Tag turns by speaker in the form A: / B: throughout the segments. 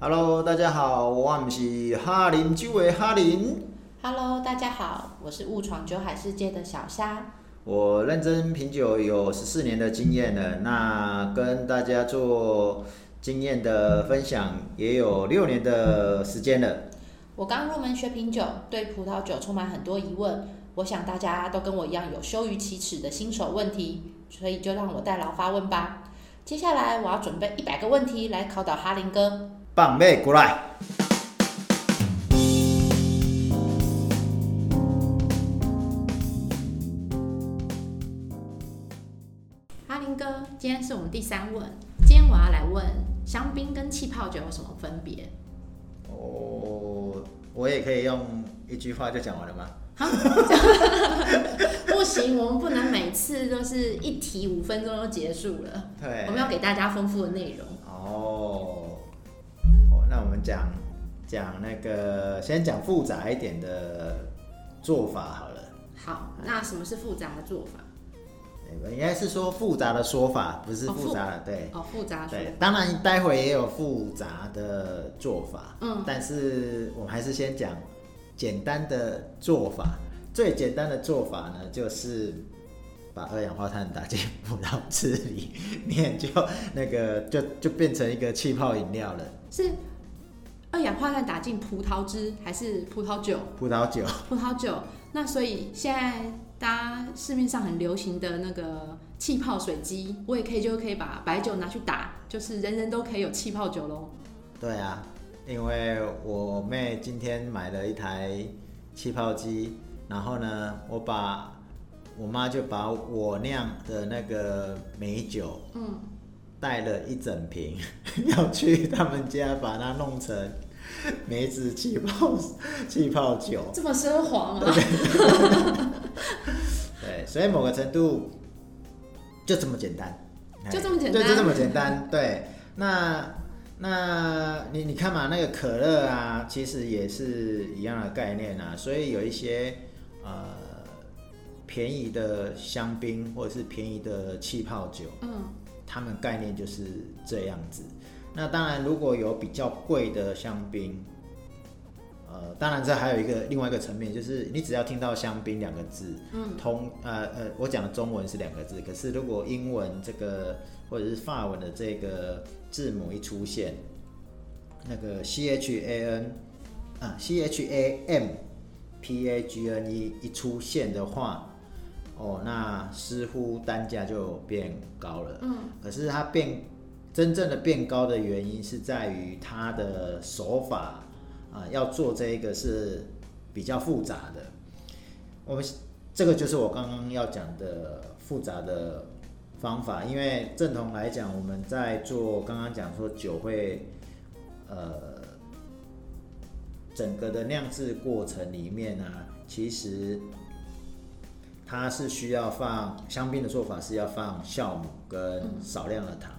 A: Hello，大家好，我毋是哈林酒的哈林，
B: Hello，大家好，我是误闯酒海世界的小虾。
A: 我认真品酒有十四年的经验了，那跟大家做经验的分享也有六年的时间了。
B: 我刚入门学品酒，对葡萄酒充满很多疑问。我想大家都跟我一样有羞于启齿的新手问题，所以就让我代劳发问吧。接下来我要准备一百个问题来考倒哈林哥。
A: 棒妹过来，
B: 哈林哥，今天是我们第三问，今天我要来问香槟跟气泡酒有什么分别？
A: 哦，我也可以用一句话就讲完了吗？
B: 不行，我们不能每次都是一题五分钟就结束了，
A: 对，
B: 我们要给大家丰富的内容。
A: 哦，哦，那我们讲讲那个，先讲复杂一点的做法好了。
B: 好，那什么是复杂的做法？
A: 应该是说复杂的说法，不是
B: 哦
A: 复
B: 复
A: 杂的，对
B: 哦，复杂说
A: 对。当然，待会也有复杂的做法，
B: 嗯
A: 但是我们还是先讲简单的做法。最简单的做法呢，就是把二氧化碳打进 葡萄汁里 面，就那个就就变成一个气泡饮料了，
B: 是二氧化碳打进葡萄汁还是葡萄酒？
A: 葡萄酒。
B: 葡萄酒。那所以现在大家市面上很流行的那个气泡水机，我也可以就可以把白酒拿去打，就是人人都可以有气泡酒喽。
A: 对啊，因为我妹今天买了一台气泡机，然后呢，我把我妈就把我酿的那个美酒
B: 嗯，
A: 带了一整瓶， 要去他们家把它弄成梅子气泡 气泡酒。
B: 这么奢华吗？
A: 对，所以某个程度就这么简单，
B: 就
A: 哎
B: 这么简
A: 对，
B: 单
A: 就这么简单。对，那那你你看嘛，那个可乐啊，其实也是一样的概念啊，所以有一些呃便宜的香槟或者是便宜的气泡酒，
B: 嗯，
A: 他们概念就是这样子。那当然，如果有比较贵的香槟，呃，当然这还有一个另外一个层面，就是你只要听到香槟两个字，
B: 嗯，
A: 通呃呃，我讲的中文是两个字，可是如果英文这个或者是法文的这个字母一出现，那个 C H A N 啊 C H A M P A G N E 一出现的话，哦，那似乎单价就变高了。
B: 嗯，
A: 可是它变真正的变高的原因是在于它的手法啊、要做这个是比较复杂的。我们这个就是我刚刚要讲的复杂的方法，因为正统来讲，我们在做刚刚讲说酒会，呃，整个的酿制过程里面呢、其实它是需要放香槟的做法是要放酵母跟少量的糖。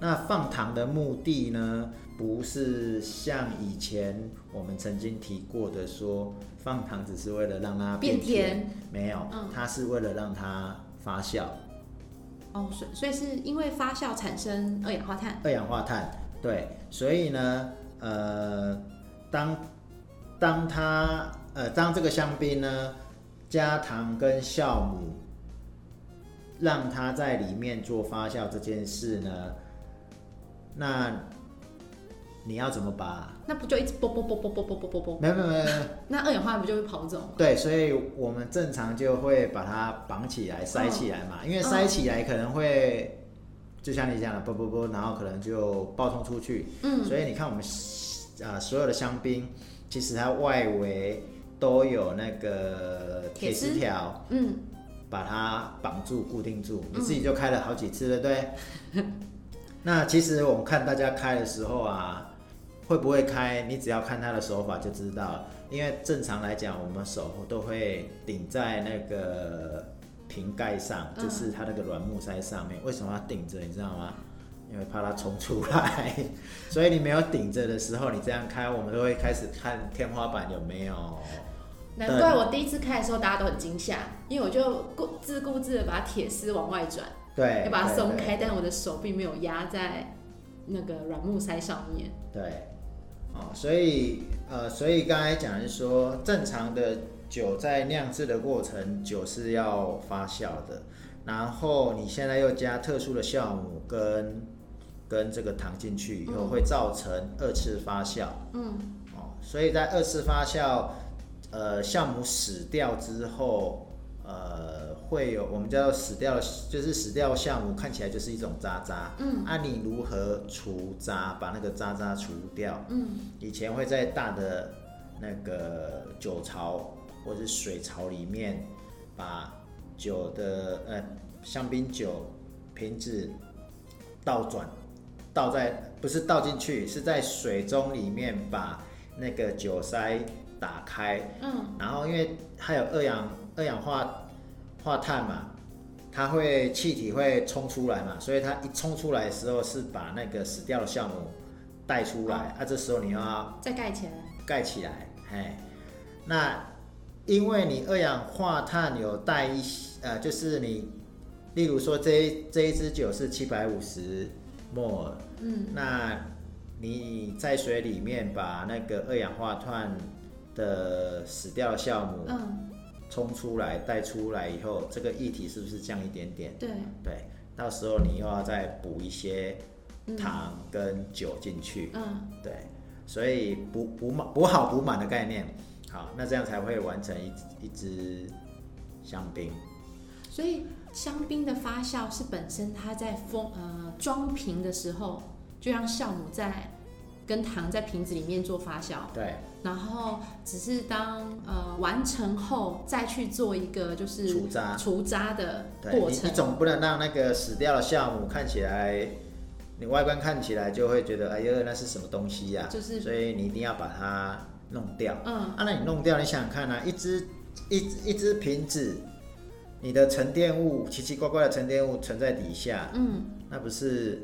A: 那放糖的目的呢，不是像以前我们曾经提过的说放糖只是为了让它
B: 变
A: 甜
B: 甜。
A: 没有
B: 嗯，
A: 它是为了让它发酵
B: 哦，所以所以是因为发酵产生二氧化碳。
A: 二氧化碳，对，所以呢，呃，当当它呃当这个香槟呢加糖跟酵母，让它在里面做发酵这件事呢，那你要怎么把？
B: 那不就一直啵啵啵啵啵啵啵啵啵？
A: 没有没有没有没有，
B: 那二氧化碳不就会跑走吗？
A: 对，所以我们正常就会把它绑起来、塞起来嘛，
B: 嗯
A: 因为塞起来可能会，就像你讲的，啵啵啵，然后可能就爆冲出去。
B: 嗯，
A: 所以你看我们啊、呃所有的香槟，其实它外围都有那个铁
B: 铁丝
A: 丝条
B: 嗯，
A: 把它绑住、固定住。你自己就开了好几次，对不对？ 那其实我们看大家开的时候啊，会不会开？你只要看他的手法就知道了。因为正常来讲，我们手都会顶在那个瓶盖上，
B: 嗯
A: 就是它那个软木塞上面。为什么要顶着？你知道吗？因为怕它冲出来。 所以你没有顶着的时候，你这样开，我们都会开始看天花板有没有。
B: 难怪我第一次开的时候大家都很惊吓，因为我就顾自顾自的把铁丝往外转，
A: 对，
B: 要把它
A: 对
B: 松
A: 对
B: 开，但我的手并没有压在那个软木塞上面。
A: 对，哦，所以呃，所以刚才讲的是说，正常的酒在酿制的过程，酒是要发酵的，然后你现在又加特殊的酵母跟跟这个糖进去以后，
B: 嗯
A: 会造成二次发酵。
B: 嗯，
A: 哦，所以在二次发酵，呃，酵母死掉之后，呃，会有我们叫做死掉的，就是死掉的酵母看起来就是一种渣渣。
B: 嗯，
A: 啊，你如何除渣，把那个渣渣除掉？
B: 嗯，
A: 以前会在大的那个酒槽或者是水槽里面，把酒的呃香槟酒瓶子倒转，倒在不是倒进去，是在水中里面把那个酒塞打开，
B: 嗯，
A: 然后因为它有二氧二氧化化碳嘛，它会气体会冲出来嘛，所以它一冲出来的时候是把那个死掉的酵母带出来，啊，这时候你要
B: 再盖起来。
A: 盖起来，嘿，那因为你二氧化碳有带一些呃，就是你，例如说这一这一支酒是七百五十摩尔，
B: 嗯
A: 那你在水里面把那个二氧化碳的死掉的酵母
B: 嗯，
A: 冲出来、带出来以后，这个液体是不是降一点点？
B: 对，
A: 对，到时候你又要再补一些
B: 嗯
A: 糖跟酒进去，
B: 嗯
A: 对，所以补补满、补好、补满的概念。好，那这样才会完成一一支香槟。
B: 所以香槟的发酵是本身它在封呃装瓶的时候，就让酵母在跟糖在瓶子里面做发酵，
A: 对，
B: 然后只是当呃完成后再去做一个就是
A: 除渣。
B: 除渣的
A: 啊对，
B: 过
A: 你你
B: 程。
A: 总不能让那个死掉的酵母看起来，你外观看起来就会觉得，哎呦，那是什么东西呀、
B: 就是
A: 所以你一定要把它弄掉。
B: 嗯
A: 啊，那你弄掉，你想想看啊，一只一一只瓶子，你的沉淀物奇奇怪怪的沉淀物存在底下，
B: 嗯
A: 那不是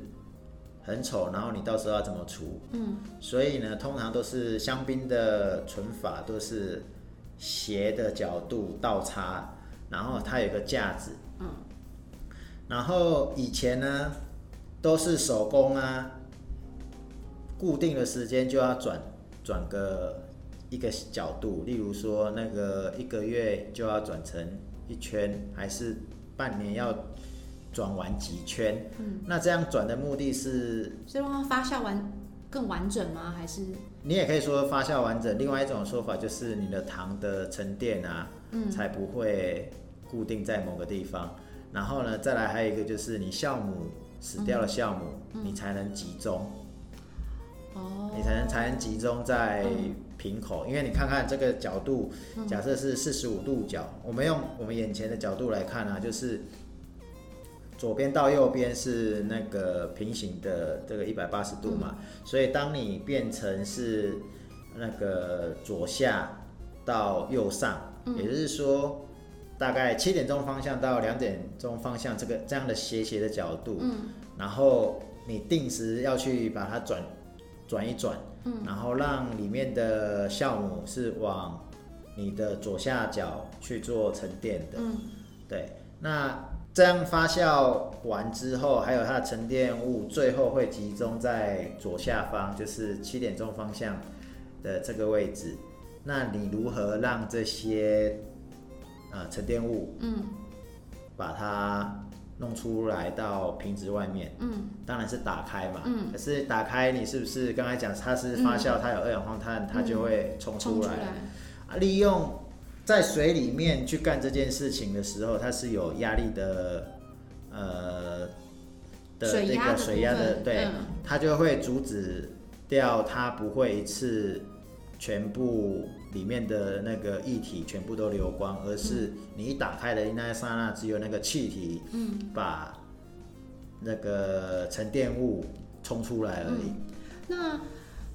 A: 很丑？然后你到时候要怎么除？
B: 嗯
A: 所以呢，通常都是香槟的存法都是斜的角度倒插，然后它有一个架子，
B: 嗯，
A: 然后以前呢都是手工啊，固定的时间就要转转个一个角度，例如说那个一个月就要转成一圈，还是半年要转完几圈？
B: 嗯，
A: 那这样转的目的是
B: 所以让它发酵完更完整吗？还是
A: 你也可以说发酵完整，另外一种说法就是你的糖的沉淀啊，
B: 嗯
A: 才不会固定在某个地方。然后呢，再来还有一个就是你酵母死掉了酵母，你才能集中，
B: 哦，
A: 你才能才能集中在瓶口。因为你看看这个角度，假设是四十五度角，我们用我们眼前的角度来看啊，就是左边到右边是那个平行的这个一百八十度嘛，所以当你变成是那个左下到右上，也就是说大概七点钟方向到两点钟方向这个这样的斜斜的角度，
B: 嗯
A: 然后你定时要去把它转转一转，
B: 嗯
A: 然后让里面的酵母是往你的左下角去做沉淀的，
B: 嗯
A: 对，那这样发酵完之后，还有它的沉淀物，最后会集中在左下方，就是七点钟方向的这个位置。那你如何让这些呃沉淀物
B: 嗯
A: 把它弄出来到瓶子外面？
B: 嗯
A: 当然是打开嘛。
B: 嗯
A: 可是打开你是不是刚才讲它是发酵，它有二氧化碳，它就会冲
B: 嗯冲
A: 出
B: 出
A: 来。
B: 来，
A: 啊，利用在水里面去干这件事情的时候，它是有压力的，呃，的
B: 水
A: 这
B: 压
A: 个
B: 的
A: 水
B: 部
A: 压的，
B: 分
A: 对，
B: 嗯
A: 它就会阻止掉，它不会一次全部里面的那个液体全部都流光，而是你一打开的那一刹那，只有那个气体
B: 嗯。
A: 把那个沉淀物冲出来而已。
B: 那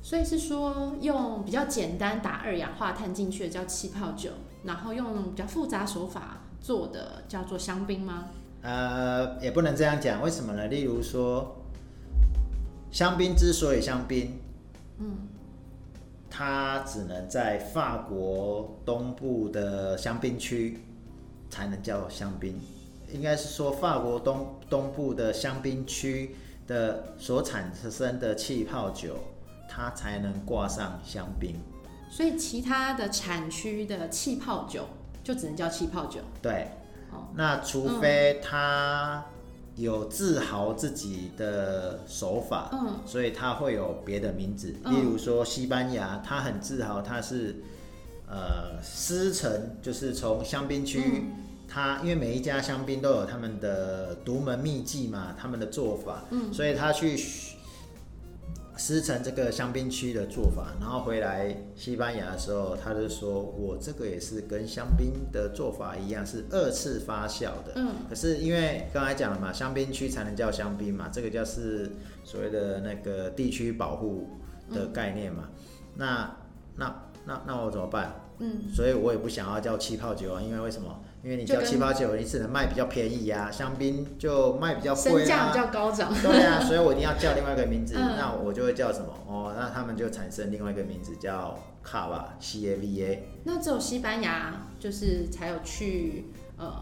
B: 所以是说，用比较简单打二氧化碳进去的叫气泡酒，然后用比较复杂手法做的叫做香槟吗？
A: 呃，也不能这样讲，为什么呢？例如说，香槟之所以香槟，
B: 嗯
A: 它只能在法国东部的香槟区才能叫香槟，应该是说法国东东部的香槟区的所产生的气泡酒，它才能挂上香槟。
B: 所以其他的产区的气泡酒就只能叫气泡酒。
A: 对，
B: 哦
A: 那除非他有自豪自己的手法，
B: 嗯，
A: 所以他会有别的名字，
B: 嗯
A: 例如说西班牙，他很自豪他是呃狮城，就是从香槟区域，他因为每一家香槟都有他们的独门秘技嘛，他们的做法，嗯，所以他去学狮城这个香槟区的做法，然后回来西班牙的时候，他就说我这个也是跟香槟的做法一样，是二次发酵的，
B: 嗯，
A: 可是因为刚才讲了嘛，香槟区才能叫香槟嘛，这个叫是所谓的那个地区保护的概念嘛。那那那那我怎么办？
B: 嗯，
A: 所以我也不想要叫气泡酒啊，因为为什么？因为你
B: 就
A: 叫
B: 跟
A: 气泡酒，你只能卖比较便宜啊，香槟就卖比较贵
B: 身
A: 啊，
B: 价比较高涨。
A: 对啊，所以我一定要叫另外一个名字，
B: 嗯
A: 那我就会叫什么？哦，那他们就产生另外一个名字叫卡吧，C A V A。
B: 那只有西班牙就是才有去呃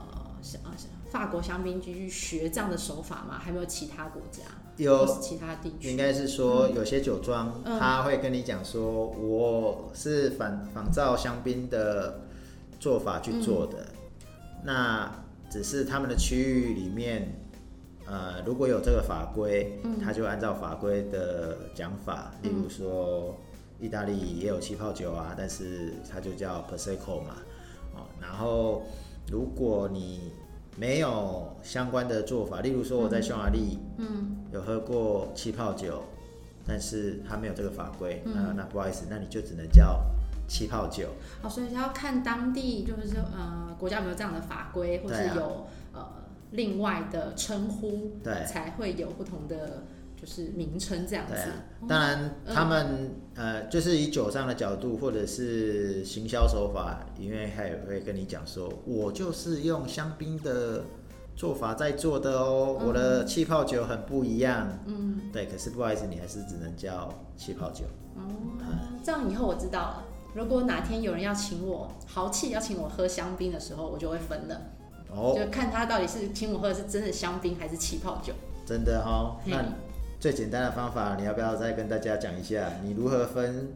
B: 像呃法国香槟局去学这样的手法吗？还没有其他国家或
A: 有
B: 是其他地
A: 应
B: 区？
A: 该是说有些酒庄
B: 嗯
A: 他会跟你讲说，我是仿仿照香槟的做法去做的，
B: 嗯
A: 那只是他们的区域里面，呃，如果有这个法规，
B: 嗯
A: 他就按照法规的讲法，例如说意大利也有气泡酒啊，但是它就叫 prosecco 嘛，哦，然后如果你没有相关的做法，例如说我
B: 嗯
A: 在匈牙利。有喝过气泡酒，但是他没有这个法规，
B: 嗯
A: 啊那那不好意思，那你就只能叫气泡酒。
B: 哦，所以是要看当地就是呃国家有没有这样的法规，或
A: 对
B: 是
A: 啊
B: 有、呃另外的称呼，
A: 对
B: 才会有不同的就是名称这样子
A: 对。啊，当然
B: 嗯
A: 他们、呃，就是以酒商的角度或者是行销手法，因为还会跟你讲说，我就是用香槟的做法在做的哦，我的气泡酒很不一样。
B: 嗯，
A: 对，可是不好意思，你还是只能叫气泡酒。
B: 哦，
A: 嗯
B: 这样以后我知道了。如果哪天有人要请我豪气要请我喝香槟的时候，我就会分了，
A: 哦，
B: 就看他到底是请我喝的是真的香槟还是气泡酒。
A: 真的哦，那
B: 嗯
A: 最简单的方法，你要不要再跟大家讲一下，你如何分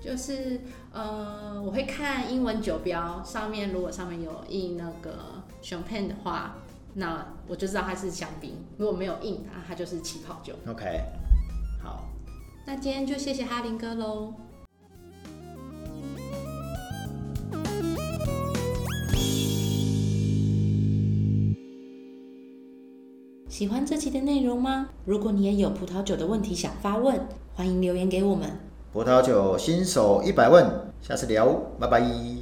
B: 就是呃，我会看英文酒标上面，如果上面有印那个 champagne 的话，那我就知道它是香槟；如果没有印，那它就是气泡酒。
A: OK，好，
B: 那今天就谢谢哈林哥喽。喜欢这期的内容吗？如果你也有葡萄酒的问题想发问，欢迎留言给我们。
A: 葡萄酒新手一百问，下次聊，拜拜。